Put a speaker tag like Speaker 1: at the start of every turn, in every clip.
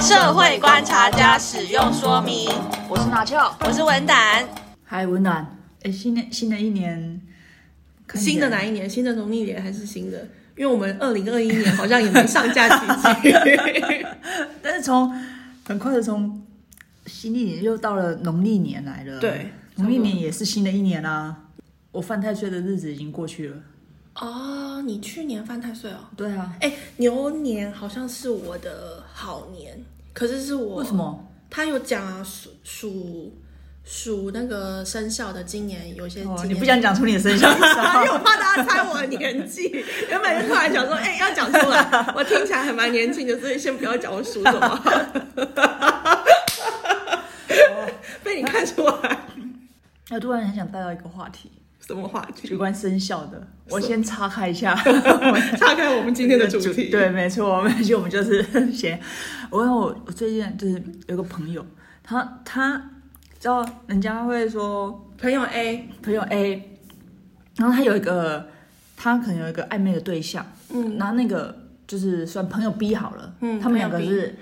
Speaker 1: 社会观察家使用说明。
Speaker 2: 我是拿俏，
Speaker 1: 我是文胆，
Speaker 2: 嗨，温暖。哎，新的新的一年，看起来
Speaker 3: 新的哪一年？新的农历年还是新的？因为我们二零二一年好像也没上架几 集。
Speaker 2: 但是从很快的从新历年又到了农历年来了，
Speaker 3: 对
Speaker 2: 农历年也是新的一年啊。我犯太岁的日子已经过去了，
Speaker 3: 哦，你去年犯太岁哦。
Speaker 2: 对啊，
Speaker 3: 哎，牛年好像是我的好年，可是是我
Speaker 2: 为什？么？
Speaker 3: 他有讲啊，属属属那个生肖的，今年有些今
Speaker 2: 哦，
Speaker 3: 年
Speaker 2: 你不 想讲出你的生 肖？
Speaker 3: 因为我怕大家猜我的年纪，原本就突然想说，哎、要讲出 来，我听起来还蛮年轻的，所以先不要讲我属什么。 被你看出来
Speaker 2: 我突然很想带到一个话题，
Speaker 3: 什么话
Speaker 2: 有
Speaker 3: 题？
Speaker 2: 关生肖的。我先岔开一 下
Speaker 3: 岔开我们今天的主题。
Speaker 2: 对，没错，没错，我们就是先。我因为我我最近就是有个朋友，他他知道人家会说
Speaker 3: 朋友 A，
Speaker 2: 朋友 A，然后他有一个他可能有一个暧昧的对象，
Speaker 3: 嗯，
Speaker 2: 然后那个就是算朋友 B 好了，
Speaker 3: 嗯
Speaker 2: 他们两个
Speaker 3: 朋友 B
Speaker 2: 是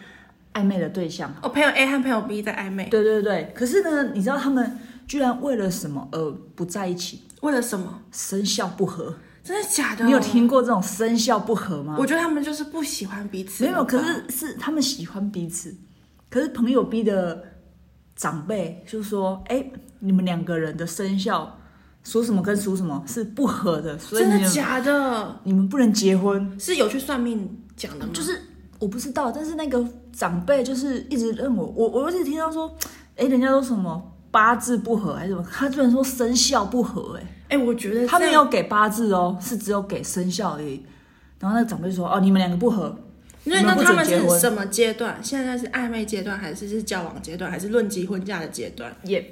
Speaker 2: 暧昧的对象，
Speaker 3: 哦，朋友 A 和朋友 B 在暧昧，
Speaker 2: 对对对。可是呢，你知道他们居然为了什么而不在一起？
Speaker 3: 为了什么？
Speaker 2: 生肖不合，
Speaker 3: 真的假的？
Speaker 2: 你有？听过这种生肖不合吗？
Speaker 3: 我觉得他们就是不喜欢彼此。
Speaker 2: 没有，可是是他们喜欢彼此，可是朋友 B 的长辈就说：“哎、你们两个人的生肖属什么跟属什么是不合的，所以
Speaker 3: 真
Speaker 2: 你
Speaker 3: 的
Speaker 2: 们
Speaker 3: 假的？
Speaker 2: 你们不能结婚。
Speaker 3: 是有去算命讲的吗？”
Speaker 2: 就是我不知道，但是那个长辈就是一直认我，我我一直听到说：“哎、人家说什么八字不合还是什么？”他居然说生肖不合、哎，
Speaker 3: 哎、我觉得
Speaker 2: 他
Speaker 3: 这
Speaker 2: 没
Speaker 3: 样
Speaker 2: 有给八字哦，是只有给生肖而已。然后那个长辈说：“哦，你们两个不合。”
Speaker 3: 那那
Speaker 2: 你们不
Speaker 3: 他们
Speaker 2: 准结
Speaker 3: 是
Speaker 2: 婚
Speaker 3: 什么阶段？现在是暧昧阶段，还是是交往阶段，还是论及婚嫁的阶段？
Speaker 2: 也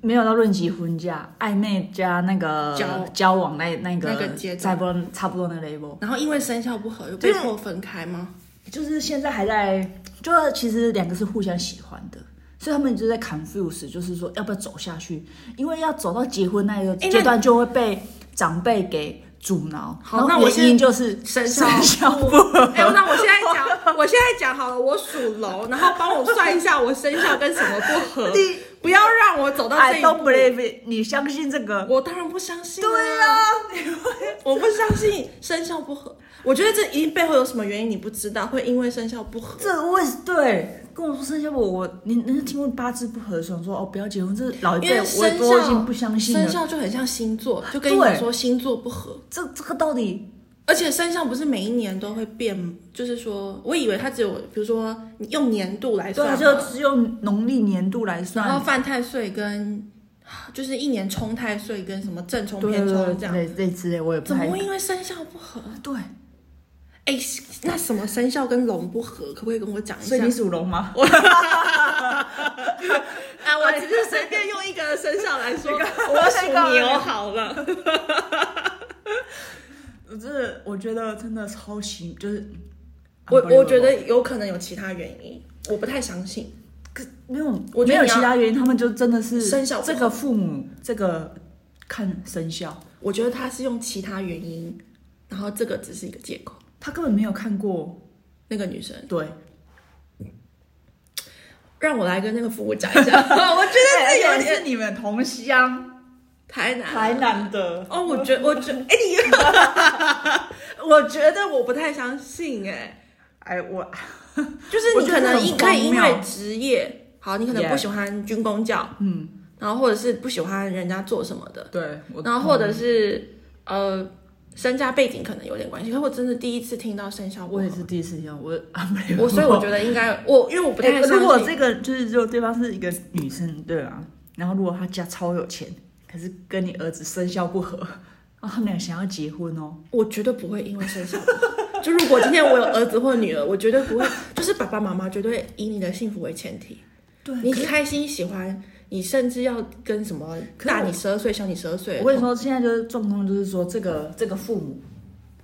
Speaker 2: 没有到论及婚嫁、暧昧加那个
Speaker 3: 交
Speaker 2: 交往那那个
Speaker 3: 那个阶
Speaker 2: 差
Speaker 3: 段
Speaker 2: 不多差不多那 level，
Speaker 3: 然后因为生肖不合又被
Speaker 2: 对
Speaker 3: 迫分开吗？
Speaker 2: 就是现在还在，就是其实两个是互相喜欢的。所以他们就在 confuse，就是说要不要走下去，因为要走到结婚那一个
Speaker 3: 哎那
Speaker 2: 阶段，就会被长辈给阻挠。
Speaker 3: 好
Speaker 2: 然后
Speaker 3: 那我现
Speaker 2: 原
Speaker 3: 在
Speaker 2: 因就是
Speaker 3: 生肖
Speaker 2: 生肖
Speaker 3: 不
Speaker 2: 不
Speaker 3: 合
Speaker 2: 合。
Speaker 3: 哎、那我现在讲，我现在讲好了，我属龙，然后帮我算一下我生肖跟什么不 合，
Speaker 2: 你哎
Speaker 3: 不要让我走到这
Speaker 2: I
Speaker 3: 一
Speaker 2: don't
Speaker 3: 步。
Speaker 2: believe it，你相信这个？
Speaker 3: 我当然不相信、
Speaker 2: 对啊，
Speaker 3: 啊，我不相信生肖不合。我觉得这一定背后有什么原因你不知道，会因为生肖不合。
Speaker 2: 这我也是对，跟我说生肖我我你你是听过八字不合的时候我说哦不要结婚，这老一
Speaker 3: 因
Speaker 2: 辈
Speaker 3: 为
Speaker 2: 我
Speaker 3: 生
Speaker 2: 我已
Speaker 3: 肖
Speaker 2: 经不相信
Speaker 3: 生
Speaker 2: 了。
Speaker 3: 肖就很像星座，就跟你
Speaker 2: 对
Speaker 3: 说星座不合。
Speaker 2: 这这个到底
Speaker 3: 而且生肖不是每一年都会变，就是说，我以为它只有，比如说你用年度来
Speaker 2: 对
Speaker 3: 算
Speaker 2: 啊，
Speaker 3: 嘛，
Speaker 2: 就只用农历年度来
Speaker 3: 然后
Speaker 2: 算，
Speaker 3: 犯太岁跟就是一年冲太岁跟什么正冲
Speaker 2: 对
Speaker 3: 偏
Speaker 2: 对
Speaker 3: 冲
Speaker 2: 对
Speaker 3: 这样，
Speaker 2: 对这之类我也不
Speaker 3: 怎么
Speaker 2: 太
Speaker 3: 会因为生肖不合？
Speaker 2: 对，
Speaker 3: 哎，那什么生肖跟龙不合，可不可以跟我讲一下
Speaker 2: 所以？你属龙吗？
Speaker 3: 啊，我只 是随便用一个生肖来说，我
Speaker 2: 我
Speaker 3: 属
Speaker 2: 那个
Speaker 3: 牛哦好
Speaker 2: 啊
Speaker 3: 了。
Speaker 2: 我这我觉得真的超级就是，
Speaker 3: 我我觉
Speaker 2: unbelievable
Speaker 3: 得有可能有其他原因，我不太相信。
Speaker 2: 可没有，
Speaker 3: 我觉
Speaker 2: 没
Speaker 3: 得
Speaker 2: 有
Speaker 3: 你要
Speaker 2: 其他原因，他们就真的是
Speaker 3: 生肖不
Speaker 2: 这个父母这个看生肖，
Speaker 3: 我觉得他是用其他原因，然后这个只是一个借口。
Speaker 2: 他根本没有看过，
Speaker 3: 那个女生。
Speaker 2: 对，
Speaker 3: 让我来跟那个服务讲一下， 哦我觉得是有
Speaker 2: 哎而且
Speaker 3: 点
Speaker 2: 是你们同乡。
Speaker 3: 台 南。
Speaker 2: 台南的
Speaker 3: 哦，我觉我 觉哎、你， 我觉得我不太相信哎、
Speaker 2: 哎，我
Speaker 3: 就是
Speaker 2: 我
Speaker 3: 你
Speaker 2: 觉
Speaker 3: 可
Speaker 2: 得
Speaker 3: 能
Speaker 2: 很
Speaker 3: 因可以因
Speaker 2: 荒
Speaker 3: 为
Speaker 2: 谬
Speaker 3: 职业，好，你可能不
Speaker 2: Yeah
Speaker 3: 喜欢军工教，
Speaker 2: 嗯，
Speaker 3: 然后或者是不喜欢人家做什么的，
Speaker 2: 对，我
Speaker 3: 然后或者是呃身家背景可能有点关系，可是我真的第一次听到生肖不
Speaker 2: 我
Speaker 3: 好
Speaker 2: 也是第一次听到，我啊没有，
Speaker 3: 我所以我觉得应该我因为我不太
Speaker 2: 哎
Speaker 3: 相信，
Speaker 2: 如果这个就是如果对方是一个女生，对啊，然后如果她家超有钱，可是跟你儿子生肖不合， 啊，他们俩想要结婚哦，
Speaker 3: 我绝对不会因为生肖不好。 就如果今天我有儿子或女儿，我绝对不会，就是爸爸妈妈绝对以你的幸福为前提，
Speaker 2: 对
Speaker 3: 你
Speaker 2: 可是
Speaker 3: 开心喜欢，你甚至要跟什么
Speaker 2: 可是
Speaker 3: 大
Speaker 2: 我
Speaker 3: 你十二岁、小你十二岁。
Speaker 2: 我跟你，说，现在就是状况就是说，这个这个父母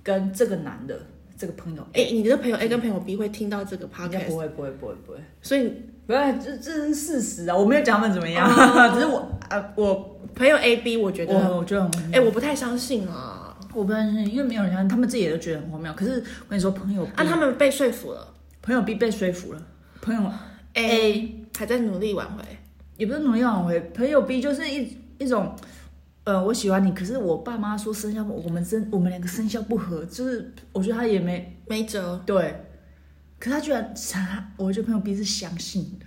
Speaker 2: 跟这个男的这个朋友，
Speaker 3: 哎、你的朋友 A 跟朋友 B 会听到这个
Speaker 2: 应该
Speaker 3: podcast，
Speaker 2: 不会不会不会不会，
Speaker 3: 所以
Speaker 2: 不要，这这是事实啊，我没有讲他们怎么样， 只是我啊，我
Speaker 3: 朋友 A、B 哦我觉得，
Speaker 2: 我我觉得很
Speaker 3: 哎、我不太相信啊，
Speaker 2: 我不相信，因为没有人相信，啊
Speaker 3: 嗯
Speaker 2: 他们自己也都觉得很荒谬。可是我跟你说，朋友 B,
Speaker 3: 啊，他们被说服了，
Speaker 2: 朋友 B 被说服了，朋友
Speaker 3: A 还在努力挽回，
Speaker 2: 也不是努力挽回，朋友 B 就是一一种，呃，我喜欢你，可是我爸妈说生肖不，我们生我们两个生肖不合，就是我觉得他也没
Speaker 3: 没辙
Speaker 2: 对，可他居然他，我这朋友 B 是相信的，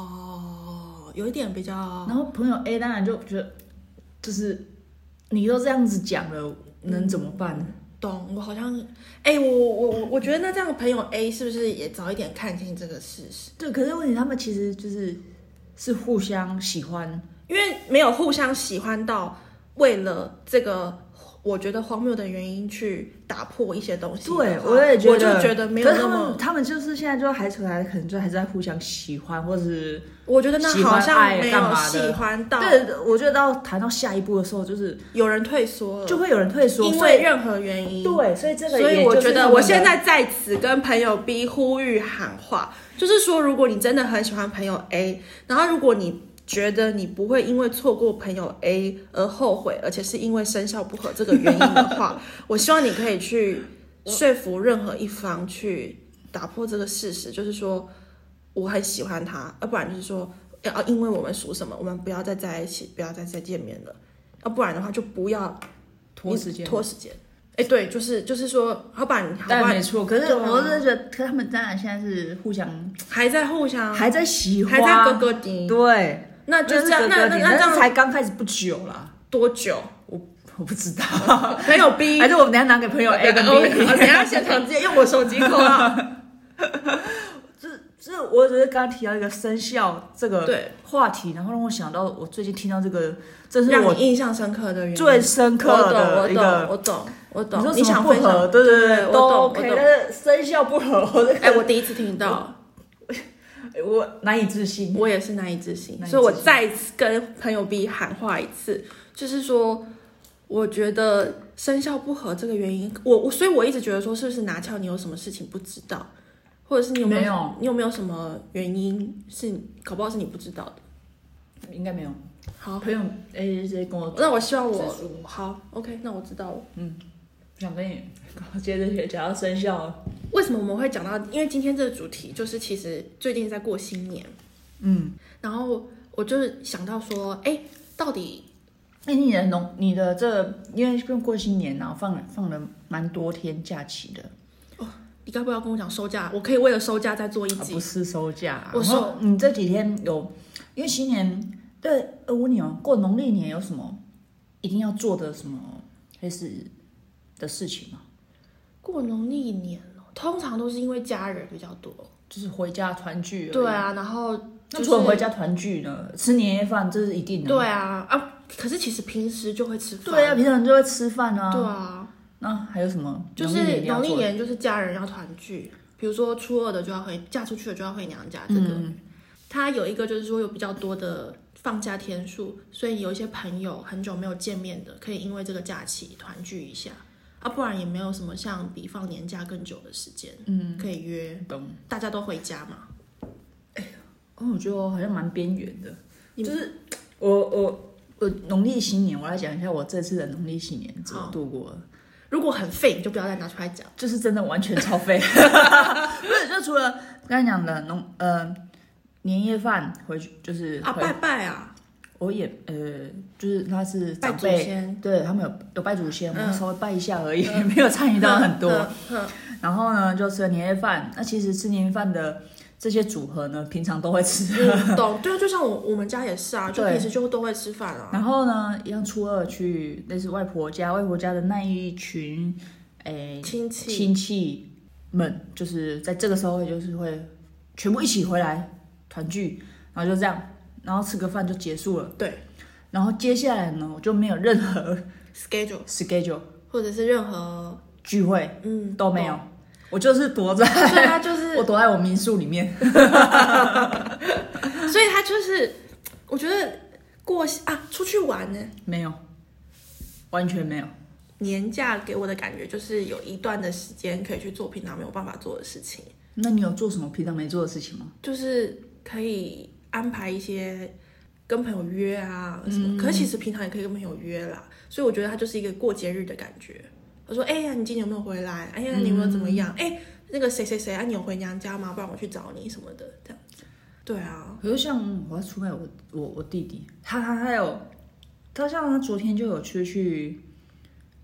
Speaker 3: 哦，有一点比较
Speaker 2: 然后朋友 A 当然就觉得，就是你都这样子讲了，能怎么办呢？
Speaker 3: 懂，我好像，哎、我我我我觉得那这样的朋友 A 是不是也早一点看清这个事实？
Speaker 2: 对，可是问题他们其实就是是互相喜欢，
Speaker 3: 因为没有互相喜欢到为了这个我觉得荒谬的原因去打破一些东西的话。
Speaker 2: 对我也觉
Speaker 3: 我就
Speaker 2: 得，
Speaker 3: 觉得没有
Speaker 2: 可是
Speaker 3: 那
Speaker 2: 他们
Speaker 3: 么，
Speaker 2: 他们就是现在就还处在，可能就还在互相喜欢，或者是
Speaker 3: 我觉得那好
Speaker 2: 喜欢
Speaker 3: 像
Speaker 2: 爱
Speaker 3: 没
Speaker 2: 干
Speaker 3: 有
Speaker 2: 嘛的
Speaker 3: 喜欢到，
Speaker 2: 对，我觉得到谈到下一步的时候，就是
Speaker 3: 有人退缩了，
Speaker 2: 就会有人退缩，
Speaker 3: 因
Speaker 2: 所
Speaker 3: 为
Speaker 2: 以
Speaker 3: 任何原因。
Speaker 2: 对，所以这个
Speaker 3: 所以
Speaker 2: 也
Speaker 3: 我
Speaker 2: 就是
Speaker 3: 觉得
Speaker 2: 们
Speaker 3: 我
Speaker 2: 的
Speaker 3: 现在在此跟朋友 B 呼吁喊话，就是说，如果你真的很喜欢朋友 A，然后如果你觉得你不会因为错过朋友 A 而后悔，而且是因为生肖不合这个原因的 话，我希望你可以去说服任何一方去打破这个事实，就是说我很喜欢他，啊要不然就是说要因为我们属什么，我们不要再在一起，不要再再见面了，要不然的话就不要
Speaker 2: 拖时间，
Speaker 3: 拖时间。哎，对，就是就是说，老板，好
Speaker 2: 但
Speaker 3: 吧
Speaker 2: 没，错，可是
Speaker 3: 对啊
Speaker 2: 我是觉得，可是他们当然现在是互相
Speaker 3: 还在互相，
Speaker 2: 嗯还在喜欢，
Speaker 3: 还在哥哥敌，
Speaker 2: 对，
Speaker 3: 那就这样，
Speaker 2: 那
Speaker 3: 那那
Speaker 2: 那
Speaker 3: 那这样
Speaker 2: 才刚开始不久啦，
Speaker 3: 多久？
Speaker 2: 我我不知道，哦
Speaker 3: 朋友 B，
Speaker 2: 还是我们等一下拿给朋 友 A 跟 B，
Speaker 3: 等下现场直接用我手机扣 啊？
Speaker 2: 就是我只是刚刚提到一个生肖这个
Speaker 3: 对
Speaker 2: 话题，然后让我想到我最近听到这个，这是
Speaker 3: 让
Speaker 2: 我
Speaker 3: 你印象深刻的原因，
Speaker 2: 最深刻
Speaker 3: 我
Speaker 2: 的一
Speaker 3: 懂，我懂，
Speaker 2: 个。
Speaker 3: 我
Speaker 2: 你
Speaker 3: 懂，我懂，
Speaker 2: 说什么
Speaker 3: 想
Speaker 2: 不
Speaker 3: 分
Speaker 2: 合？
Speaker 3: 享，
Speaker 2: 对
Speaker 3: 对
Speaker 2: 对，都
Speaker 3: 我懂，我
Speaker 2: OK，
Speaker 3: 懂。
Speaker 2: 但是生肖不合，我这个
Speaker 3: 哎，我第一次听到，哎
Speaker 2: 我难以置信。
Speaker 3: 我也是难以置信，
Speaker 2: 难以
Speaker 3: 所以我
Speaker 2: 置信
Speaker 3: 再次跟朋友 B 喊话一次，就是说，我觉得生肖不合这个原因，我我所以我一直觉得说，是不是拿翘你有什么事情不知道，或者是你有没有
Speaker 2: 没有
Speaker 3: 你有没有什么原因是搞不好是你不知道的？
Speaker 2: 应该没有。
Speaker 3: 好，
Speaker 2: 朋友 A 直接跟我，
Speaker 3: 那我希望我
Speaker 2: 再说
Speaker 3: 好 OK，那我知道了。
Speaker 2: 想跟你接着学讲到生肖，啊
Speaker 3: 为什么我们会讲到？因为今天这个主题就是其实最近在过新年，
Speaker 2: 嗯，
Speaker 3: 然后我就是想到说，哎，到底
Speaker 2: 那你的农，你的这因为过过新年然后放了放了蛮多天假期的，
Speaker 3: 你该不要跟我讲收假？我可以为了收假再做一
Speaker 2: 啊
Speaker 3: 集。
Speaker 2: 不是收假、啊，
Speaker 3: 我
Speaker 2: 然后你这几天有，因为新年对，呃我问你哦，过农历年有什么一定要做的什么类似的事情吗？
Speaker 3: 过农历年哦，通常都是因为家人比较多。
Speaker 2: 就是回家团聚而已，
Speaker 3: 对啊，然后、就是、
Speaker 2: 那除了回家团聚呢，吃年夜饭这是一定的，
Speaker 3: 对啊啊，可是其实平时就会吃饭。
Speaker 2: 对啊，平常就会吃饭啊，
Speaker 3: 对啊，
Speaker 2: 那还有什么？
Speaker 3: 就是农
Speaker 2: 农
Speaker 3: 历
Speaker 2: 历年要做的
Speaker 3: 年就是家人要团聚，比如说初二的就要回嫁出去的就要回娘家。这个、
Speaker 2: 嗯
Speaker 3: 它有一个就是说有比较多的放假天数，所以有一些朋友很久没有见面的，可以因为这个假期团聚一下。啊，不然也没有什么像比放年假更久的时间，嗯，可以约，
Speaker 2: 懂。
Speaker 3: 大家都回家嘛。
Speaker 2: 哦，我觉得我好像蛮边缘的，
Speaker 3: 你
Speaker 2: 就是我我我农历新年，我来讲一下我这次的农历新年怎么
Speaker 3: 好
Speaker 2: 度过的，
Speaker 3: 如果很废，你就不要再拿出来讲。
Speaker 2: 就是真的完全超废， 不是就除了刚才讲的农呃年夜饭回去就是
Speaker 3: 啊，
Speaker 2: 回
Speaker 3: 拜拜啊，
Speaker 2: 我也呃就是他是
Speaker 3: 拜
Speaker 2: 长
Speaker 3: 祖
Speaker 2: 辈。
Speaker 3: 先，
Speaker 2: 对他们有有拜祖先，我们
Speaker 3: 嗯
Speaker 2: 稍微拜一下而已，没有参与到很多。
Speaker 3: 嗯。嗯嗯
Speaker 2: 然后呢，就吃了年夜饭。那其实吃年夜饭的这些组合呢，平常都会吃。
Speaker 3: 嗯懂，对，就像我我们家也是啊，就
Speaker 2: 对
Speaker 3: 平时就都会吃饭 啊。
Speaker 2: 然后呢，一样初二去类似外婆家，外婆家的那一群诶
Speaker 3: 亲戚，
Speaker 2: 亲戚们，就是在这个时候就是会全部一起回来团聚，然后就这样，然后吃个饭就结束了。
Speaker 3: 对
Speaker 2: 然后接下来呢，我就没有任何
Speaker 3: schedule
Speaker 2: schedule
Speaker 3: 或者是任何
Speaker 2: 聚会
Speaker 3: 嗯
Speaker 2: 都没有
Speaker 3: 懂，
Speaker 2: 哦我就是躲在，
Speaker 3: 所以他就是
Speaker 2: 我，躲在我民宿里面。
Speaker 3: 所以他就是，我觉得过啊出去玩呢，
Speaker 2: 没有，完全没有。
Speaker 3: 年假给我的感觉就是有一段的时间可以去做平常没有办法做的事情，
Speaker 2: 那你有做什么平常没做的事情吗？
Speaker 3: 就是可以安排一些跟朋友约啊什
Speaker 2: 嗯
Speaker 3: 么，可是其实平常也可以跟朋友约啦，所以
Speaker 2: 嗯
Speaker 3: 我觉得它就是一个过节日的感觉。我说，哎、呀，你今年有没有回来？哎呀，你有没有怎么样？哎、那个谁谁谁啊，你有回娘家吗？不然我去找你什么的，这样子。对啊，
Speaker 2: 可是像我要出卖我我我弟弟，他他他有，他像他昨天就有去去，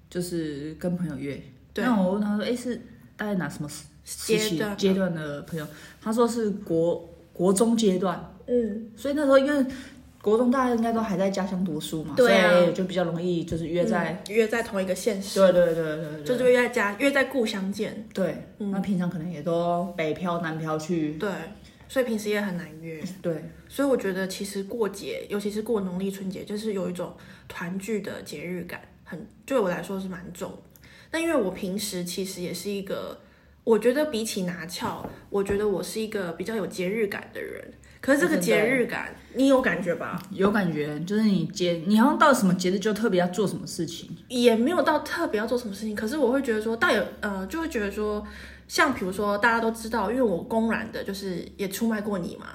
Speaker 2: 就是跟朋友约。
Speaker 3: 对
Speaker 2: 那我问他说，哎、是大概哪什么时时期
Speaker 3: 阶段
Speaker 2: 阶段的朋友？他说是国国中阶段，
Speaker 3: 嗯，
Speaker 2: 所以那时候因为国中大家应该都还在家乡读书嘛，
Speaker 3: 对啊
Speaker 2: 所以就比较容易就是约在，
Speaker 3: 嗯约在同一个县市，
Speaker 2: 对对对对对，
Speaker 3: 就是约在家，约在故乡见。
Speaker 2: 对。
Speaker 3: 嗯
Speaker 2: 那平常可能也都北漂南漂去，
Speaker 3: 对，所以平时也很难约。
Speaker 2: 对，
Speaker 3: 所以我觉得其实过节，尤其是过农历春节，就是有一种团聚的节日感，很对我来说是蛮重的。那因为我平时其实也是一个，我觉得比起拿翘，我觉得我是一个比较有节日感的人。可是这个
Speaker 2: 真的
Speaker 3: 节日感，你有感觉吧？
Speaker 2: 有感觉，就是你节你好像到什么节日就特别要做什么事情。
Speaker 3: 也没有到特别要做什么事情，可是我会觉得说，但有呃，就会觉得说，像比如说大家都知道，因为我公然的就是也出卖过你嘛，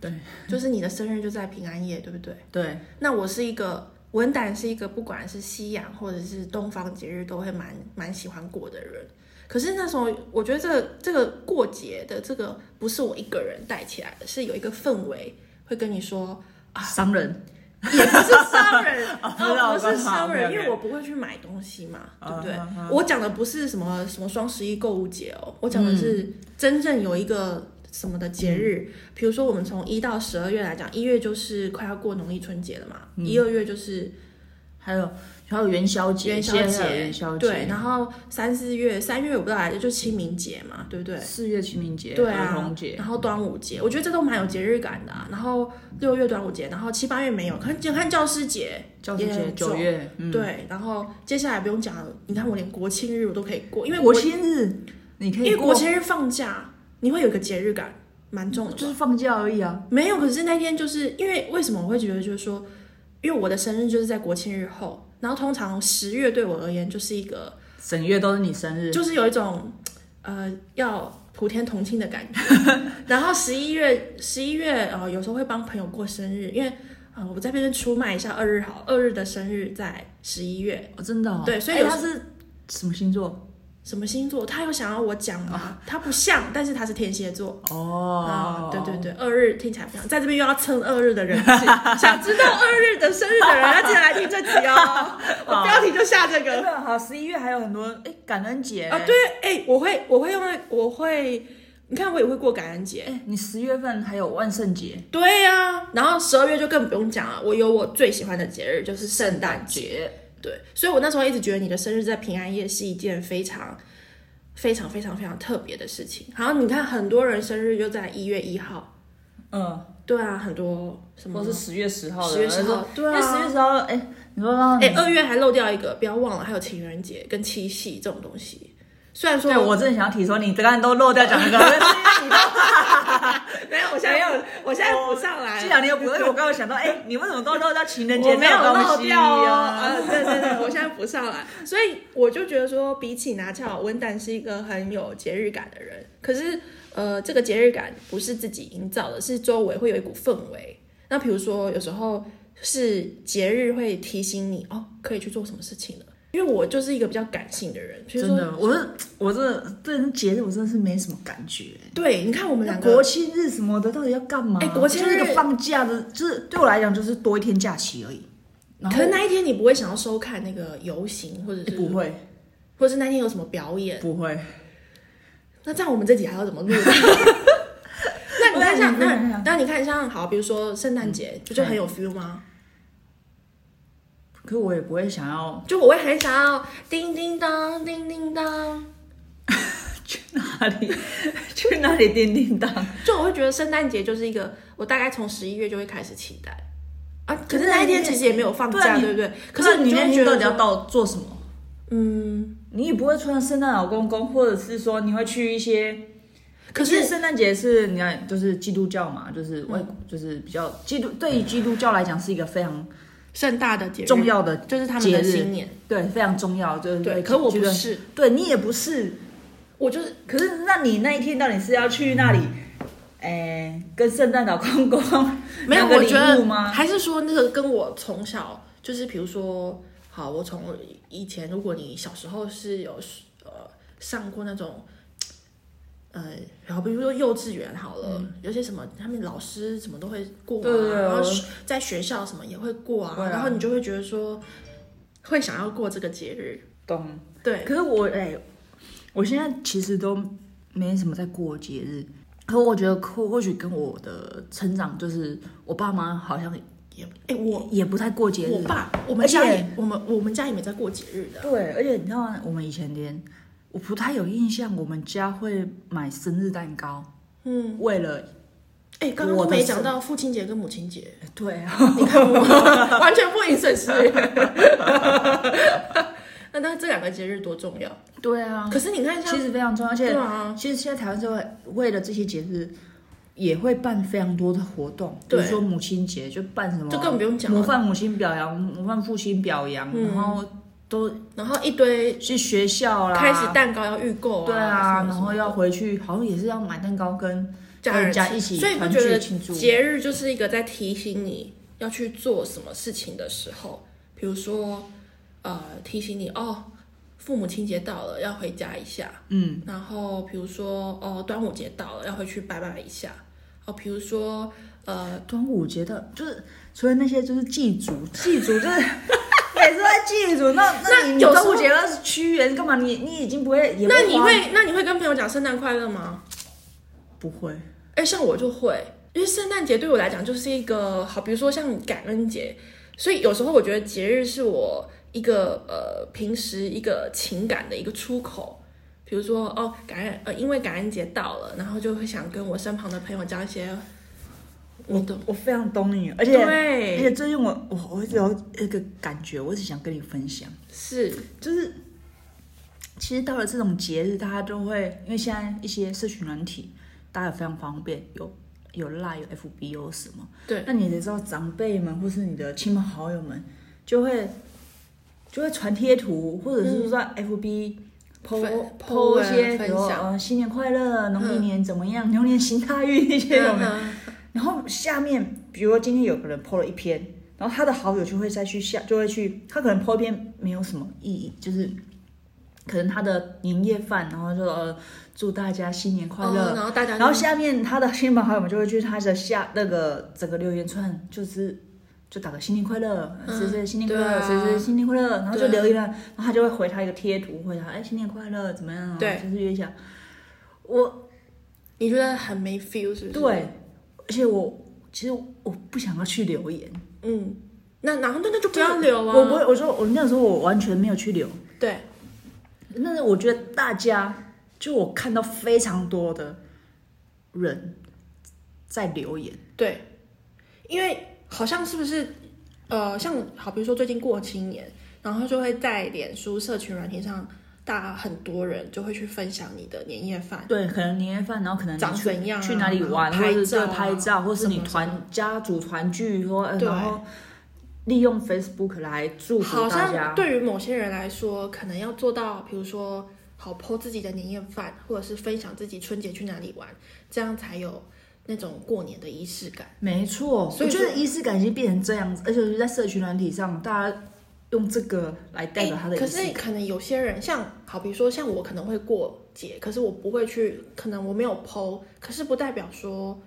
Speaker 2: 对，
Speaker 3: 就是你的生日就在平安夜，对不对？
Speaker 2: 对，
Speaker 3: 那我是一个文胆，是一个不管是西洋或者是东方节日都会蛮蛮喜欢过的人。可是那时候，我觉得这个这个过节的这个不是我一个人带起来的，是有一个氛围会跟你说，
Speaker 2: 商人
Speaker 3: 也不是商人，
Speaker 2: 哦不知道
Speaker 3: 哦不是商人，
Speaker 2: 我知道
Speaker 3: 因为我不会去买东西嘛，
Speaker 2: 啊
Speaker 3: 对不对
Speaker 2: 啊啊？
Speaker 3: 我讲的不是什么什么双十一购物节哦，我讲的是
Speaker 2: 嗯
Speaker 3: 真正有一个什么的节日，比如说我们从一到十二月来讲，一月就是快要过农历春节了嘛，
Speaker 2: 嗯
Speaker 3: 一二月就是
Speaker 2: 还有还有元宵节，
Speaker 3: 元宵
Speaker 2: 现在还有
Speaker 3: 节，
Speaker 2: 元宵节，
Speaker 3: 对，然后三四月，三月我不知道来就清明节嘛，对不对？
Speaker 2: 四月清明节，
Speaker 3: 对
Speaker 2: 儿
Speaker 3: 啊
Speaker 2: 童，节，
Speaker 3: 然后端午节，我觉得这都蛮有节日感的、啊。然后六月端午节，然后七八月没有，看看教师节，
Speaker 2: 教师
Speaker 3: 也
Speaker 2: 节
Speaker 3: 很
Speaker 2: 九
Speaker 3: 重
Speaker 2: 月，嗯，
Speaker 3: 对，然后接下来不用讲了，你看我连国庆日我都可以过，因为
Speaker 2: 国庆日你可
Speaker 3: 因
Speaker 2: 以
Speaker 3: 为国
Speaker 2: 过，
Speaker 3: 庆日放假，你会有一个节日感，蛮重的吧。
Speaker 2: 就是放假而已啊。
Speaker 3: 没有，可是那天就是因为为什么我会觉得就是说，因为我的生日就是在国庆日后，然后通常十月对我而言就是一个，
Speaker 2: 整月都是你生日，
Speaker 3: 就是有一种呃要。普天同庆的感觉， 然后十一月十一月呃有时候会帮朋友过生日，因为呃我在这边出卖一下二日好，二日的生日在十一月，
Speaker 2: 哦真的哦。
Speaker 3: 对所以
Speaker 2: 哎
Speaker 3: 有
Speaker 2: 他
Speaker 3: 时
Speaker 2: 是什么星座？
Speaker 3: 什么星座？他有想要我讲吗？他不像，但是他是天蝎座。啊
Speaker 2: 啊哦，，
Speaker 3: 对对，对，二日听起来不像，在这边又要蹭二日的 人气，想知道二日的生日的人，要记得来听这集 哦。我标题就下这
Speaker 2: 真
Speaker 3: 个。
Speaker 2: 的啊好。十一月还有很多哎，感恩节
Speaker 3: 啊，对，，哎，我会，我会用那，我会，你看我也会过感恩节。
Speaker 2: 哎，你十月份还有万圣节、
Speaker 3: 对呀、然后十二月就更不用讲了，我有我最喜欢的节日就是圣诞节。
Speaker 2: 节，
Speaker 3: 对，所以我那时候一直觉得你的生日在平安夜是一件非常、非常、非常、非常特别的事情。好，你看很多人生日就在一月一号，
Speaker 2: 嗯，
Speaker 3: 对啊，很多什么
Speaker 2: 或是十月十号的，
Speaker 3: 10月10号
Speaker 2: 那是
Speaker 3: 对啊
Speaker 2: 那十月十号，哎，你说让
Speaker 3: 哎，二月还漏掉一个，不要忘了还有情人节跟七夕这种东西。虽然说
Speaker 2: 对我真的想要提说，你刚刚都漏掉讲那 个，但是因为你都
Speaker 3: 没有，我现在有，我现在补上来了
Speaker 2: 这两年我不会，我刚刚想到，哎、你为什么都漏到情人节
Speaker 3: 我没有漏
Speaker 2: 东西
Speaker 3: 掉哦，
Speaker 2: 啊？
Speaker 3: 啊，对对对，我现在补上来，所以我就觉得说，比起拿翘，文胆是一个很有节日感的人。可是，呃，这个节日感不是自己营造的，是周围会有一股氛围。那比如说，有时候是节日会提醒你哦，可以去做什么事情了。因为我就是一个比较感性的人，所以
Speaker 2: 真
Speaker 3: 说，
Speaker 2: 的，我是我真的对那节日我真的是没什么感觉。
Speaker 3: 对，你看我们
Speaker 2: 那
Speaker 3: 两个
Speaker 2: 国庆日什么的到底要干嘛？
Speaker 3: 哎国庆日
Speaker 2: 就是一个放假的，就是对我来讲就是多一天假期而已。然后
Speaker 3: 可能那一天你不会想要收看那个游行，或者是
Speaker 2: 不，会
Speaker 3: 或者是那天有什么表演，
Speaker 2: 不会，
Speaker 3: 那这样我们这集还要怎么录？那你看像那那你看像好，比如说圣诞节，不就很有 feel 吗？
Speaker 2: 可是我也不会想要
Speaker 3: 就我会很想要叮叮当，叮叮当，
Speaker 2: 去哪 里去哪里叮叮当。
Speaker 3: 就我会觉得圣诞节就是一个，我大概从十一月就会开始期待啊。可是那一天其实也没有放
Speaker 2: 对啊
Speaker 3: 假，
Speaker 2: 你
Speaker 3: 对不对？可
Speaker 2: 那
Speaker 3: 是
Speaker 2: 你
Speaker 3: 就
Speaker 2: 那
Speaker 3: 会
Speaker 2: 天
Speaker 3: 觉
Speaker 2: 到
Speaker 3: 得
Speaker 2: 底要
Speaker 3: 说
Speaker 2: 到做什么？
Speaker 3: 嗯，
Speaker 2: 你也不会穿圣诞老公公，或者是说你会去一些
Speaker 3: 可
Speaker 2: 因为
Speaker 3: 是嗯
Speaker 2: 圣诞节是你看，就是基督教嘛，就是外、就是比较基督对于基督教来讲是一个非常
Speaker 3: 盛大的节日
Speaker 2: 重要的节日，
Speaker 3: 就是他们的新年，
Speaker 2: 对，非常重要，就是
Speaker 3: 对。可我不，，
Speaker 2: 就是对你也不是，
Speaker 3: 我就是
Speaker 2: 可是那你那一天到底是要去那里，哎、跟圣诞老公公
Speaker 3: 没有，
Speaker 2: 拿个
Speaker 3: 我
Speaker 2: 礼
Speaker 3: 觉得
Speaker 2: 物吗？
Speaker 3: 还是说那个跟我从小就是，比如说，好，我从以前，如果你小时候是有呃上过那种呃，然后比如说幼稚园好了，有些什么他们老师什么都会过
Speaker 2: 嗯
Speaker 3: 啊，
Speaker 2: 对对对
Speaker 3: 然后
Speaker 2: 我
Speaker 3: 学在学校什么也会过啊，
Speaker 2: 会啊
Speaker 3: 然后你就会觉得说会想要过这个节日，
Speaker 2: 懂。
Speaker 3: 对，
Speaker 2: 可是我哎、我现在其实都没什么在过节日，可我觉得或或许跟我的成长，就是我爸妈好像
Speaker 3: 也哎我
Speaker 2: 也不太过节日。
Speaker 3: 我爸我
Speaker 2: 嗯而
Speaker 3: 们
Speaker 2: 且
Speaker 3: 家也我们我们家也没在过节日的，
Speaker 2: 对，而且你知道吗？我们以前连我不太有印象，我们家会买生日蛋糕，
Speaker 3: 嗯，
Speaker 2: 为了
Speaker 3: 哎刚刚
Speaker 2: 我
Speaker 3: 都
Speaker 2: 的
Speaker 3: 没
Speaker 2: 是
Speaker 3: 讲到父亲节跟母亲节，
Speaker 2: 对啊，
Speaker 3: 你看我 完全不影损失。 那那这两个节日多重要？
Speaker 2: 对啊，
Speaker 3: 可是你看像
Speaker 2: 其实非常重要，而
Speaker 3: 对
Speaker 2: 且
Speaker 3: 啊，
Speaker 2: 其实现在台湾社会为了这些节日。也会办非常多的活动，比
Speaker 3: 对
Speaker 2: 如说母亲节就办什么，
Speaker 3: 就更不用讲
Speaker 2: 模
Speaker 3: 了。嗯
Speaker 2: 范母亲表扬，模范父亲表扬，然后都
Speaker 3: 然后一堆
Speaker 2: 去学校啦，
Speaker 3: 开始蛋糕要预购
Speaker 2: 啊
Speaker 3: 啊，
Speaker 2: 对啊，
Speaker 3: 什么
Speaker 2: 然
Speaker 3: 什么
Speaker 2: 后要回去，好像也是要买蛋糕跟
Speaker 3: 家人
Speaker 2: 家一起
Speaker 3: 所以不
Speaker 2: 团
Speaker 3: 觉
Speaker 2: 聚
Speaker 3: 得
Speaker 2: 庆祝。
Speaker 3: 节日就是一个在提醒你要去做什么事情的时候，比如说呃提醒你哦，父母亲节到了要回家一下，
Speaker 2: 嗯，
Speaker 3: 然后比如说哦端午节到了要回去拜拜一下，哦比如说呃
Speaker 2: 端午节的，就是除了那些就是祭祖，祭祖就是 每次都在祭祖，那
Speaker 3: 那
Speaker 2: 那你你
Speaker 3: 有时
Speaker 2: 端
Speaker 3: 候
Speaker 2: 午节那是屈原干嘛？你你已经不会，也不
Speaker 3: 那你
Speaker 2: 花
Speaker 3: 会那你会跟朋友讲圣诞快乐吗？
Speaker 2: 不会？
Speaker 3: 哎，像我就会，因为圣诞节对我来讲就是一个好，比如说像感恩节，所以有时候我觉得节日是我一个呃平时一个情感的一个出口。比如说哦，感恩呃，因为感恩节到了，然后就会想跟我身旁的朋友讲一些，我懂，
Speaker 2: 我非常懂你，而且而且
Speaker 3: 对，
Speaker 2: 最近我我我一直有一个感觉，我一直想跟你分享。
Speaker 3: 是，
Speaker 2: 就是其实到了这种节日，大家都会因为现在一些社群软体，大家也非常方便，有有 Line、有 FB、有什么，
Speaker 3: 对，
Speaker 2: 那你得知道长辈们或是你的亲朋好友们就会就会传贴图，或者是说在 FB。剖
Speaker 3: 嗯分 po
Speaker 2: 剖
Speaker 3: 文
Speaker 2: 一些，比
Speaker 3: 分
Speaker 2: 如
Speaker 3: 享
Speaker 2: 呃新年快乐，农历年怎么样，牛年行大运 一些有没有？
Speaker 3: 嗯
Speaker 2: 然后下面，比如说今天有个人 PO 了一篇，然后他的好友就会再去下，就会去，他可能 PO 一篇没有什么意义，就是可能他的年夜饭，然后就呃祝大家新年快乐。
Speaker 3: 哦然后大家就，
Speaker 2: 然后下面他的亲朋好友们就会去他的下那个整个留言串，就是就打个新年快乐，
Speaker 3: 嗯
Speaker 2: 谁谁新年快
Speaker 3: 对
Speaker 2: 乐，
Speaker 3: 啊
Speaker 2: 谁谁新年快乐，然后就
Speaker 3: 对啊
Speaker 2: 留言了，然后他就会回他一个贴图，回他哎新年快乐怎么样啊？
Speaker 3: 对
Speaker 2: 就是约一下。我
Speaker 3: 你觉得很没 feel 是不是？，
Speaker 2: 对，而且我其实我不想要去留言，
Speaker 3: 嗯，那然后那那就不要留啊，
Speaker 2: 我不会，我说我那时候我完全没有去留，
Speaker 3: 对，
Speaker 2: 但是我觉得大家就我看到非常多的人在留言，
Speaker 3: 对，因为好像是不是呃，像好比如说最近过新年，然后就会在脸书社群软体上，大很多人就会去分享你的年夜饭，
Speaker 2: 对，可能年夜饭，然后可能你
Speaker 3: 长
Speaker 2: 去
Speaker 3: 怎样啊
Speaker 2: 去哪里玩，
Speaker 3: 然
Speaker 2: 或者
Speaker 3: 后拍
Speaker 2: 是
Speaker 3: 照啊
Speaker 2: 对拍照，或是你
Speaker 3: 什么什
Speaker 2: 团家族团聚，或呃
Speaker 3: 对
Speaker 2: 然后利用 Facebook 来祝
Speaker 3: 好
Speaker 2: 福大
Speaker 3: 像
Speaker 2: 家，
Speaker 3: 对于某些人来说，可能要做到，比如说好剖自己的年夜饭，或者是分享自己春节去哪里玩，这样才有那种过年的仪式感。
Speaker 2: 没错，
Speaker 3: 所以
Speaker 2: 我觉得
Speaker 3: 说
Speaker 2: 仪式感已经变成这样子，而且是在社群软体上，大家用这个来代表他的
Speaker 3: 欸
Speaker 2: 仪
Speaker 3: 可
Speaker 2: 式
Speaker 3: 是
Speaker 2: 感。
Speaker 3: 可能有些人像，好比说像我可能会过节，可是我不会去，可能我没有剖，可是不代表说，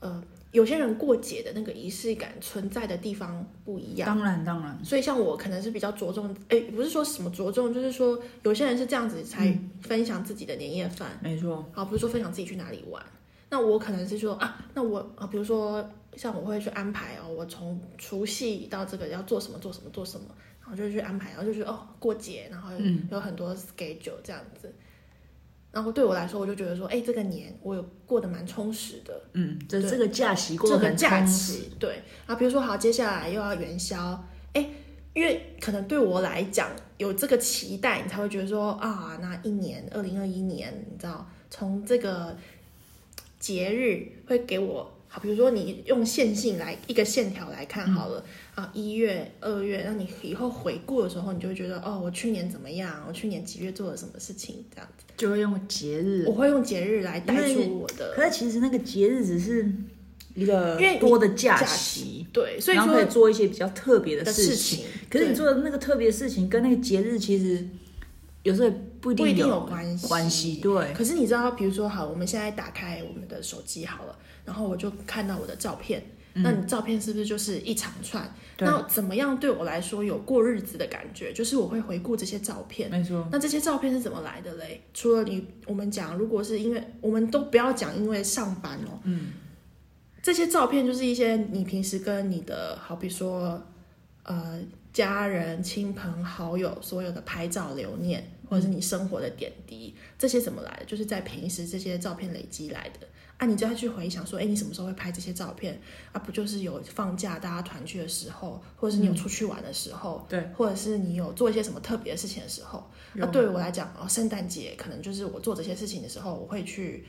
Speaker 3: 呃，有些人过节的那个仪式感存在的地方不一样。
Speaker 2: 当然，当然，
Speaker 3: 所以像我可能是比较着重，哎、不是说什么着重，就是说有些人是这样子才
Speaker 2: 嗯
Speaker 3: 分享自己的年夜饭，
Speaker 2: 没错，
Speaker 3: 啊，不是说分享自己去哪里玩。那我可能是说啊，那我啊，比如说像我会去安排哦，我从除夕到这个要做什么做什么做什么，然后就去安排，然后就是哦过节，然后
Speaker 2: 嗯
Speaker 3: 有很多 schedule 这样子。然后对我来说，我就觉得说，哎，这个年我有过得蛮充实的，
Speaker 2: 嗯，这
Speaker 3: 对
Speaker 2: 这个假期过
Speaker 3: 这
Speaker 2: 得
Speaker 3: 个
Speaker 2: 很
Speaker 3: 假
Speaker 2: 充
Speaker 3: 期
Speaker 2: 实，
Speaker 3: 对啊，比如说好，接下来又要元宵，哎，因为可能对我来讲有这个期待，你才会觉得说啊，那一年二零二一年，你知道从这个节日会给我好，比如说你用线性来一个线条来看好了、啊，一月、二月，那你以后回顾的时候，你就会觉得哦，我去年怎么样，我去年几月做了什么事情，这样子，
Speaker 2: 就会用节日
Speaker 3: 我。会用节日来带
Speaker 2: 因为
Speaker 3: 出我的
Speaker 2: 可是其实那个节日只是一个
Speaker 3: 因为你
Speaker 2: 多的假
Speaker 3: 假
Speaker 2: 期，
Speaker 3: 对，所以
Speaker 2: 然后可
Speaker 3: 说
Speaker 2: 以做一些比较特别
Speaker 3: 的
Speaker 2: 事
Speaker 3: 情，
Speaker 2: 可是
Speaker 3: 对
Speaker 2: 你做的那个特别的事情跟那个节日其实有时候也不一
Speaker 3: 不一
Speaker 2: 定
Speaker 3: 定有关
Speaker 2: 关
Speaker 3: 系
Speaker 2: 系，对，
Speaker 3: 可是你知道，比如说好，我们现在打开我们的手机好了，然后我就看到我的照片，那你照片是不是就是一长串？
Speaker 2: 嗯对
Speaker 3: 那怎么样对我来说有过日子的感觉？就是我会回顾这些照片。
Speaker 2: 没错，
Speaker 3: 那这些照片是怎么来的嘞？除了你，我们讲，如果是因为我们都不要讲，因为上班哦，嗯，这些照片就是一些你平时跟你的，好比说，呃，家人、亲朋好友所有的拍照留念，或者是你生活的点滴，这些怎么来的？就是在平时这些照片累积来的。啊，你就要去回想说，哎，你什么时候会拍这些照片？啊，不就是有放假大家团聚的时候，或者是你有出去玩的时候，
Speaker 2: 对，
Speaker 3: 或者是你有做一些什么特别的事情的时候，那
Speaker 2: 嗯
Speaker 3: 对于我来讲，哦，圣诞节可能就是我做这些事情的时候，我会去，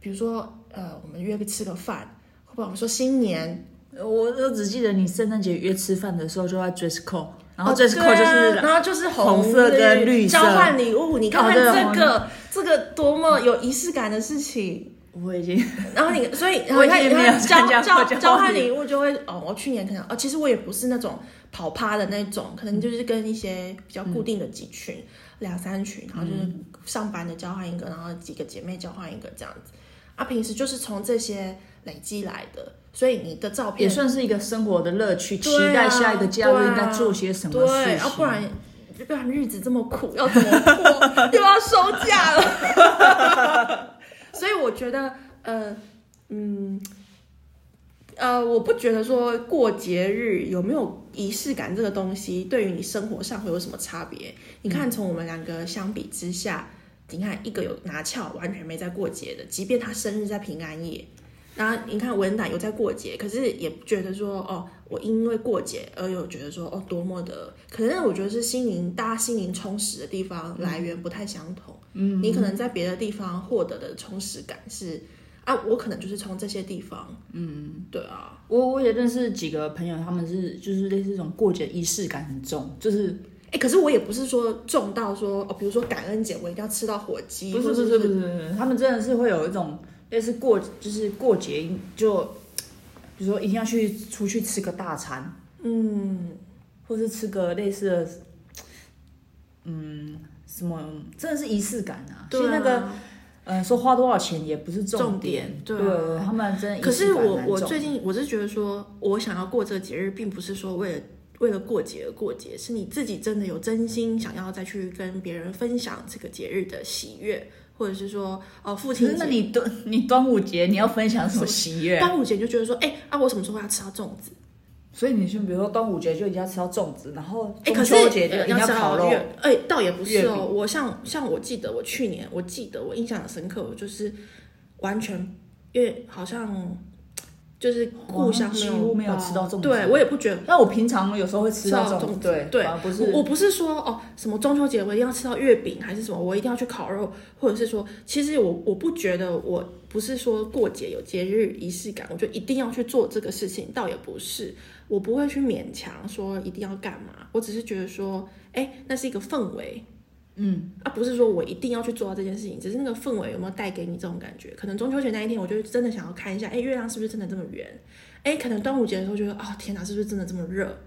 Speaker 3: 比如说，呃，我们约个吃个饭，或者我们说新年，
Speaker 2: 我我只记得你圣诞节约吃饭的时候就要 dress code，然后
Speaker 3: 哦
Speaker 2: dress code 就
Speaker 3: 对啊
Speaker 2: 是、
Speaker 3: 然后就是
Speaker 2: 红色跟绿色
Speaker 3: 交换礼物，你看
Speaker 2: 哦
Speaker 3: 看
Speaker 2: 对
Speaker 3: 这个，这个多么有仪式感的事情。
Speaker 2: 我已经
Speaker 3: 然后你，所以然后
Speaker 2: 我已
Speaker 3: 你看，
Speaker 2: 经
Speaker 3: 你
Speaker 2: 没有
Speaker 3: 看
Speaker 2: 参加
Speaker 3: 交
Speaker 2: 过
Speaker 3: 交
Speaker 2: 交
Speaker 3: 交
Speaker 2: 换
Speaker 3: 换
Speaker 2: 礼
Speaker 3: 礼物就会哦，我去年可能哦，其实我也不是那种跑趴的那种，可能就是跟一些比较
Speaker 2: 嗯
Speaker 3: 固定的几群、两三群，然后就是上班的交换一个，然后几个姐妹交换一个这样子。啊，平时就是从这些累积来的，所以你的照
Speaker 2: 也
Speaker 3: 片
Speaker 2: 算是一个生活的乐趣，期
Speaker 3: 对
Speaker 2: 待
Speaker 3: 啊
Speaker 2: 下一个假日
Speaker 3: 对
Speaker 2: 应
Speaker 3: 啊
Speaker 2: 该做些什么事
Speaker 3: 对，啊
Speaker 2: 情，
Speaker 3: 要、不然不然日子这么苦，要怎么过？ 又要收假了。 所以我觉得，呃，嗯，呃，我不觉得说过节日有没有仪式感这个东西，对于你生活上会有什么差别？
Speaker 2: 嗯
Speaker 3: 你看，从我们两个相比之下，你看一个有拿翘，完全没在过节的，即便他生日在平安夜。然后你看文胆有在过节，可是也不觉得说哦，我因为过节而有觉得说哦多么的，可能我觉得是心灵大家心灵充实的地方来源不太相同。嗯，你可能在别的地方获得的充实感是啊，我可能就是从这些地方，嗯，对啊，
Speaker 2: 我我也认识几个朋友，他们是就是类似这种过节仪式感很重，就是
Speaker 3: 哎，可是我也不是说重到说哦，比如说感恩节我一定要吃到火鸡，
Speaker 2: 不是
Speaker 3: 或
Speaker 2: 不
Speaker 3: 者
Speaker 2: 是不是不是，不是他们真的是会有一种类似过就是过节就，比如说一定要去出去吃个大餐，
Speaker 3: 嗯，
Speaker 2: 或是吃个类似的，嗯，什么真的是仪式感啊。
Speaker 3: 对
Speaker 2: 其实那个
Speaker 3: 啊
Speaker 2: 呃，说花多少钱也不是重
Speaker 3: 重点
Speaker 2: 对
Speaker 3: 对啊
Speaker 2: 他们真的仪
Speaker 3: 可是
Speaker 2: 式感
Speaker 3: 我
Speaker 2: 蛮
Speaker 3: 我
Speaker 2: 重
Speaker 3: 最近我是觉得说，我想要过这个节日，并不是说为了为了过节而过节，是你自己真的有真心想要再去跟别人分享这个节日的喜悦，或者是说哦父
Speaker 2: 可是
Speaker 3: 亲
Speaker 2: 那
Speaker 3: 节、
Speaker 2: 你端你端午节你要分享什么喜悦？
Speaker 3: 端午节就觉得说，哎、啊我什么时候要吃到粽子？
Speaker 2: 所以你就比如说端午节就一定要吃到粽子，然后
Speaker 3: 哎、
Speaker 2: 中
Speaker 3: 可是
Speaker 2: 秋节就一
Speaker 3: 呃
Speaker 2: 定
Speaker 3: 要吃到
Speaker 2: 烤肉。
Speaker 3: 月哎、倒也不
Speaker 2: 月
Speaker 3: 是
Speaker 2: 饼
Speaker 3: 哦，我像像我记得我去年我记得我印象很深刻，我就是完全因为好像。就是故乡
Speaker 2: 我好像几乎没有
Speaker 3: 包
Speaker 2: 吃到粽子
Speaker 3: 对我也不觉得
Speaker 2: 那我平常有时候会吃到
Speaker 3: 吃到
Speaker 2: 粽
Speaker 3: 粽
Speaker 2: 子，
Speaker 3: 子
Speaker 2: 对
Speaker 3: 对
Speaker 2: 反而不
Speaker 3: 我
Speaker 2: 是
Speaker 3: 我不是说哦，什么中秋节我一定要吃到月饼，还是什么我一定要去烤肉，或者是说，其实我我不觉得我不是说过节有节日仪式感，我就一定要去做这个事情，倒也不是，我不会去勉强说一定要干嘛，我只是觉得说，哎，那是一个氛围。嗯，啊，不是说我一定要去做到这件事情，只是那个氛围有没有带给你这种感觉？可能中秋节那一天，我就真的想要看一下，哎，月亮是不是真的这么圆？哎，可能端午节的时候觉得，哦，天哪，是不是真的这么热？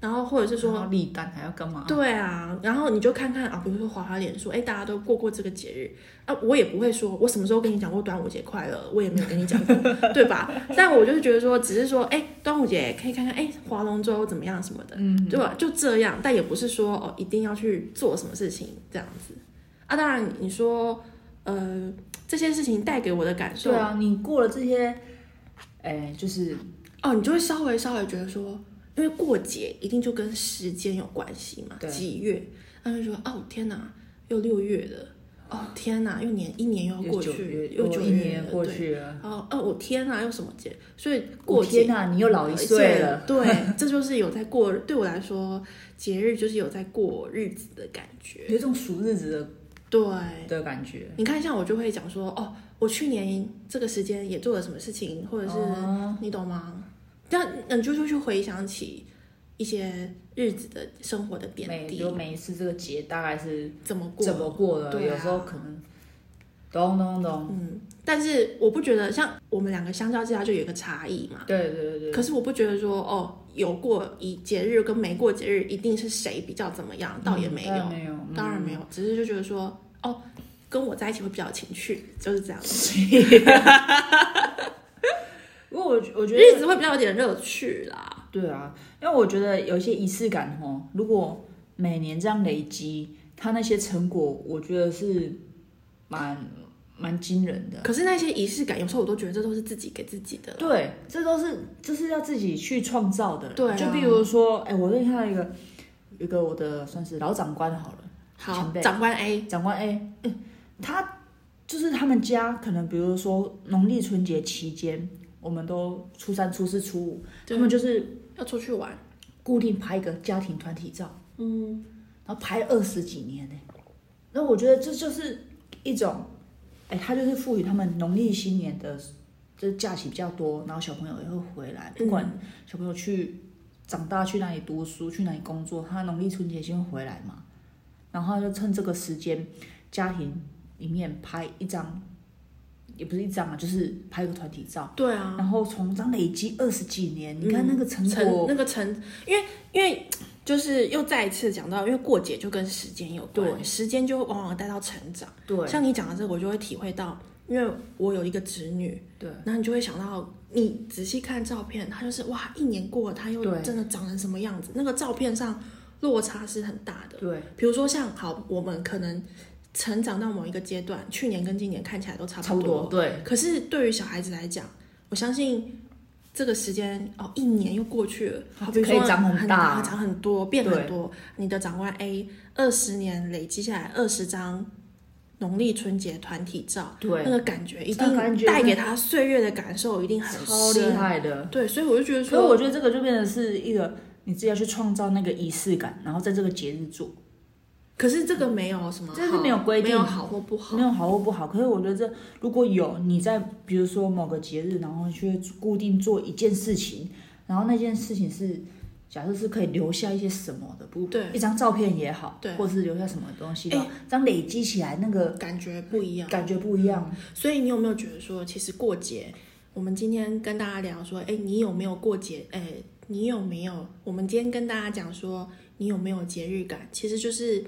Speaker 3: 然后或者是说，
Speaker 2: 然后立蛋还要干嘛？
Speaker 3: 对啊，然后你就看看啊，比如说滑滑脸说，哎，大家都过过这个节日啊，我也不会说我什么时候跟你讲过端午节快乐，我也没有跟你讲过， 对吧？但我就是觉得说，只是说，哎，端午节可以看看，哎，划龙舟怎么样什么的，嗯，对吧？就这样，但也不是说哦，一定要去做什么事情这样子啊。当然，你说，呃，这些事情带给我的感受，
Speaker 2: 对啊，你过了这些，哎，就是
Speaker 3: 哦，你就会稍微稍微觉得说，因为过节一定就跟时间有关系嘛，
Speaker 2: 对
Speaker 3: 几月，他就说哦天哪，又六月了，哦天哪，又年一年又要过
Speaker 2: 九
Speaker 3: 去，
Speaker 2: 月
Speaker 3: 又
Speaker 2: 又
Speaker 3: 九
Speaker 2: 一年
Speaker 3: 了
Speaker 2: 过
Speaker 3: 对
Speaker 2: 去了，
Speaker 3: 哦哦，我天哪，又什么节？所以
Speaker 2: 我
Speaker 3: 过
Speaker 2: 天
Speaker 3: 节
Speaker 2: 呐，你又老一岁了。
Speaker 3: 对，这就是有在过，对我来说，节日就是有在过日子的感觉。
Speaker 2: 有一种数日子
Speaker 3: 对，
Speaker 2: 的的感觉，
Speaker 3: 你看，像我就会讲说，哦，我去年这个时间也做了什么事情，或者是、
Speaker 2: 哦
Speaker 3: 你懂吗？但你就就去回想起一些日子的生活的点
Speaker 2: 每
Speaker 3: 滴
Speaker 2: 就，每一次这个节大概是
Speaker 3: 怎么过，
Speaker 2: 怎么过的，
Speaker 3: 对啊
Speaker 2: 有时候可能咚咚咚，
Speaker 3: 嗯。但是我不觉得像我们两个相较之下就有一个差异嘛。
Speaker 2: 对对对对，
Speaker 3: 可是我不觉得说哦，有过以节日跟没过节日一定是谁比较怎么样，倒也没有，
Speaker 2: 当然没有，嗯
Speaker 3: 当然没有，只是就觉得说，哦，跟我在一起会比较有情趣，就是这样，
Speaker 2: 因为我我觉得
Speaker 3: 日子会比较有点乐趣啦。
Speaker 2: 对啊，因为我觉得有一些仪式感哦，如果每年这样累积，它那些成果，我觉得是蛮蛮惊人的。
Speaker 3: 可是那些仪式感，有时候我都觉得这都是自己给自己的。
Speaker 2: 对，这都是这是要自己去创造的。
Speaker 3: 对啊
Speaker 2: 就比如说，哎，我认识到一个一个我的算是老长官好了，
Speaker 3: 好
Speaker 2: 前，辈
Speaker 3: 长官 A，
Speaker 2: 长官 A，、嗯他就是他们家可能比如说农历春节期间，我们都初三、初四、初五，他
Speaker 3: 对
Speaker 2: 们就是
Speaker 3: 要出去玩，
Speaker 2: 固定拍一个家庭团体照。
Speaker 3: 嗯，
Speaker 2: 然后拍了二十几年呢、那我觉得这就是一种，哎，他就是赋予他们农历新年的这假期比较多，然后小朋友也会回来，不管
Speaker 3: 嗯
Speaker 2: 小朋友去长大去哪里读书，去哪里工作，他农历春节先回来嘛，然后他就趁这个时间，家庭里面拍一张，也不是一张啊，就是拍个团体照。
Speaker 3: 对啊，
Speaker 2: 然后从这样累积二十几年，你看那个成
Speaker 3: 成
Speaker 2: 果，
Speaker 3: 那个成，因为因为就是又再一次讲到，因为过节就跟时间有
Speaker 2: 对
Speaker 3: 关，时间就往往带到成长。
Speaker 2: 对
Speaker 3: 像你讲的这个，我就会体会到，因为我有一个侄女，
Speaker 2: 对，
Speaker 3: 然后你就会想到，你仔细看照片，她就是哇，一年过了，她又
Speaker 2: 对
Speaker 3: 真的长成什么样子？那个照片上落差是很大的。
Speaker 2: 对，
Speaker 3: 比如说像好，我们可能成长到某一个阶段，去年跟今年看起来都差
Speaker 2: 差
Speaker 3: 不
Speaker 2: 不多，对，
Speaker 3: 可是对于小孩子来讲，我相信这个时间哦，一年又过去了，
Speaker 2: 它
Speaker 3: 好比
Speaker 2: 可以
Speaker 3: 说
Speaker 2: 长很
Speaker 3: 很
Speaker 2: 大
Speaker 3: 长很多，变
Speaker 2: 对
Speaker 3: 很多。你的长官 A 二十年累积下来二十张农历春节团体照，
Speaker 2: 对
Speaker 3: 那个感觉一
Speaker 2: 那感觉
Speaker 3: 定带给他岁月的感受一定很
Speaker 2: 超厉
Speaker 3: 深。
Speaker 2: 害的。
Speaker 3: 对，所以我就觉得
Speaker 2: 所以我
Speaker 3: 说，
Speaker 2: 觉得这个就变成是一个你自己要去创造那个仪式感，然后在这个节日做，
Speaker 3: 可是这个没有什么好，
Speaker 2: 这是没有规定
Speaker 3: 没有好或不好
Speaker 2: 没。有好或不好。可是我觉得这如果有你在比如说某个节日，然后去固定做一件事情，然后那件事情是假设是可以留下一些什么的，不
Speaker 3: 对
Speaker 2: 一张照片也好，
Speaker 3: 对
Speaker 2: 或是留下什么东西的，
Speaker 3: 哎
Speaker 2: 这样累积起来那个
Speaker 3: 感觉不一样，
Speaker 2: 感觉不一样。
Speaker 3: 所以你有没有觉得说，其实过节，嗯我们今天跟大家聊说，哎，你有没有过节？哎，你有没有？我们今天跟大家讲说，你有没有节日感？其实就是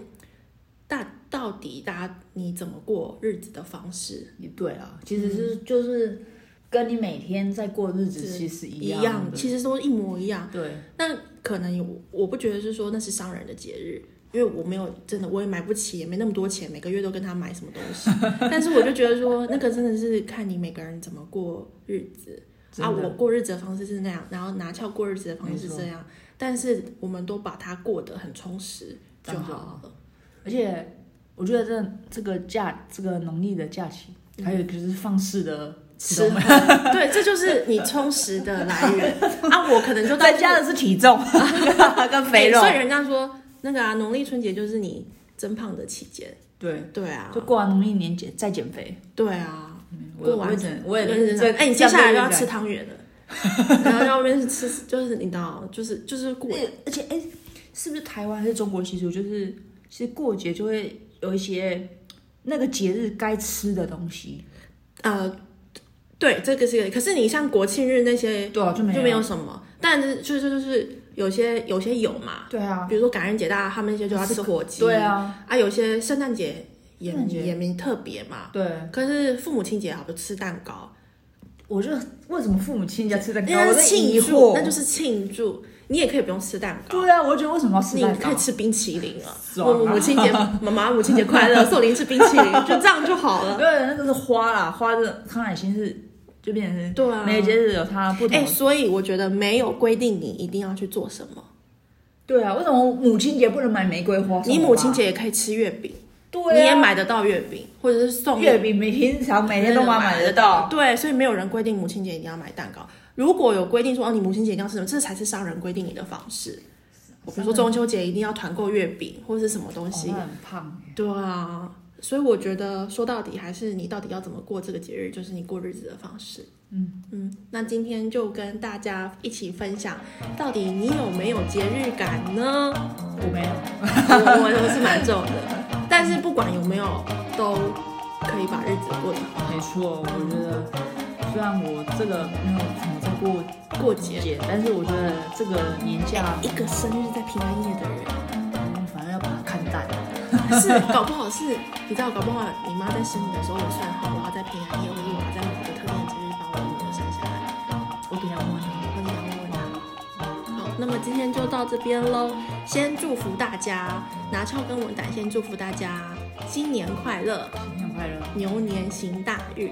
Speaker 3: 大到底大家你怎么过日子的方式
Speaker 2: 也对啊，其
Speaker 3: 嗯
Speaker 2: 实是、就是跟你每天在过日子
Speaker 3: 是
Speaker 2: 其实
Speaker 3: 一
Speaker 2: 样
Speaker 3: 样，
Speaker 2: 的，
Speaker 3: 其实都一模一样。
Speaker 2: 对。
Speaker 3: 那可能有，我不觉得是说那是商人的节日。因为我没有真的，我也买不起，也没那么多钱，每个月都跟他买什么东西。但是我就觉得说，那个真的是看你每个人怎么过日子。啊，
Speaker 2: 真的
Speaker 3: 我过日子的方式是那样，然后拿翘过日子的方式
Speaker 2: 没
Speaker 3: 是
Speaker 2: 错
Speaker 3: 这样，但是我们都把它过得很充实
Speaker 2: 这
Speaker 3: 就
Speaker 2: 样就
Speaker 3: 好了。
Speaker 2: 而且我觉得这这个假这个农历的假期，还有一个就是放肆的
Speaker 3: 吃
Speaker 2: 东
Speaker 3: 喝
Speaker 2: 西，
Speaker 3: 对，这就是你充实的 来源啊！我可能就到
Speaker 2: 再加的是体 重跟肥肉
Speaker 3: 所，以人家说那个啊，农历春节就是你增胖的期间。
Speaker 2: 对，
Speaker 3: 对啊
Speaker 2: 就，过完农历年节再减肥。
Speaker 3: 对啊，
Speaker 2: 我
Speaker 3: 过
Speaker 2: 我也
Speaker 3: 完
Speaker 2: 整，我也
Speaker 3: 认真。
Speaker 2: 真。
Speaker 3: 哎，你接下来就要吃汤 圆了，然后在外面吃，就是你知道，就是就是过
Speaker 2: 而且而且哎，是不是台湾还是中国习俗？就是其实过节就会有一些那个节日该吃的东西，
Speaker 3: 呃，对，这个是一个。可是你像国庆日那些，
Speaker 2: 对啊，就没
Speaker 3: 就没有什么。但是就是就是有些有些有嘛，
Speaker 2: 对啊，
Speaker 3: 比如说感恩节，大家他们那些就要吃火鸡，
Speaker 2: 对啊，
Speaker 3: 啊，有些圣诞节也
Speaker 2: 圣诞节
Speaker 3: 也没特别嘛。
Speaker 2: 对。
Speaker 3: 可是父母亲节好不吃蛋糕，
Speaker 2: 我就为什么父母亲家吃蛋糕，
Speaker 3: 那
Speaker 2: 我
Speaker 3: 是
Speaker 2: 在
Speaker 3: 庆
Speaker 2: 疑
Speaker 3: 祝，
Speaker 2: 惑。
Speaker 3: 那就是庆祝。你也可以不用吃蛋糕，
Speaker 2: 对啊，我觉得为什么要吃
Speaker 3: 你
Speaker 2: 蛋
Speaker 3: 可
Speaker 2: 糕
Speaker 3: 以？吃冰淇淋啊。
Speaker 2: 爽啊
Speaker 3: 我母母亲节，妈妈母亲节快乐，送你一吃冰淇淋，就这样就好 了。
Speaker 2: 对，那个是花啦，花的康乃馨是就变成是
Speaker 3: 对啊
Speaker 2: 每个节日有它不同
Speaker 3: 哎，
Speaker 2: 的。
Speaker 3: 所以我觉得没有规定你一定要去做什么，
Speaker 2: 对啊，为什么母亲节不能买玫瑰花？
Speaker 3: 你母亲节也可以吃月饼，
Speaker 2: 对、啊
Speaker 3: 你也买得到月饼，或者是送
Speaker 2: 月饼，每平常每天都买买得到。
Speaker 3: 对，所以没有人规定母亲节一定要买蛋糕。如果有规定说哦，你母亲节一定要吃什么，这才是商人规定你的方式。我比如说中秋节一定要团购月饼或是什么东
Speaker 2: 哦
Speaker 3: 西
Speaker 2: 那。很胖耶，
Speaker 3: 对啊，所以我觉得说到底还是你到底要怎么过这个节日，就是你过日子的方式。嗯嗯，那今天就跟大家一起分享，到底你有没有节日感呢？
Speaker 2: 我没有。
Speaker 3: 我我我是蛮重的，但是不管有没有，都可以把日子过得好。
Speaker 2: 没错，我觉得虽然我这个没有怎么在过过
Speaker 3: 过节。
Speaker 2: 节，但是我觉得这个年假，
Speaker 3: 一个生日在平安夜 的人，
Speaker 2: 嗯反正要把它看淡。
Speaker 3: 是搞不好是，你知道，搞不好你妈在生你的时候，我算好我要在平安夜，或者我要在某个特定的节日把我女儿生下来。
Speaker 2: 我等一下问你，
Speaker 3: 我想问他。好，那么今天就到这边喽。先祝福大家，拿翘跟文胆先祝福大家新年快乐，
Speaker 2: 新年快乐！
Speaker 3: 牛年行大运。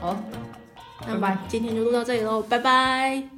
Speaker 2: 好，
Speaker 3: 那么
Speaker 2: 拜拜
Speaker 3: 今天就录到这里喽，拜拜。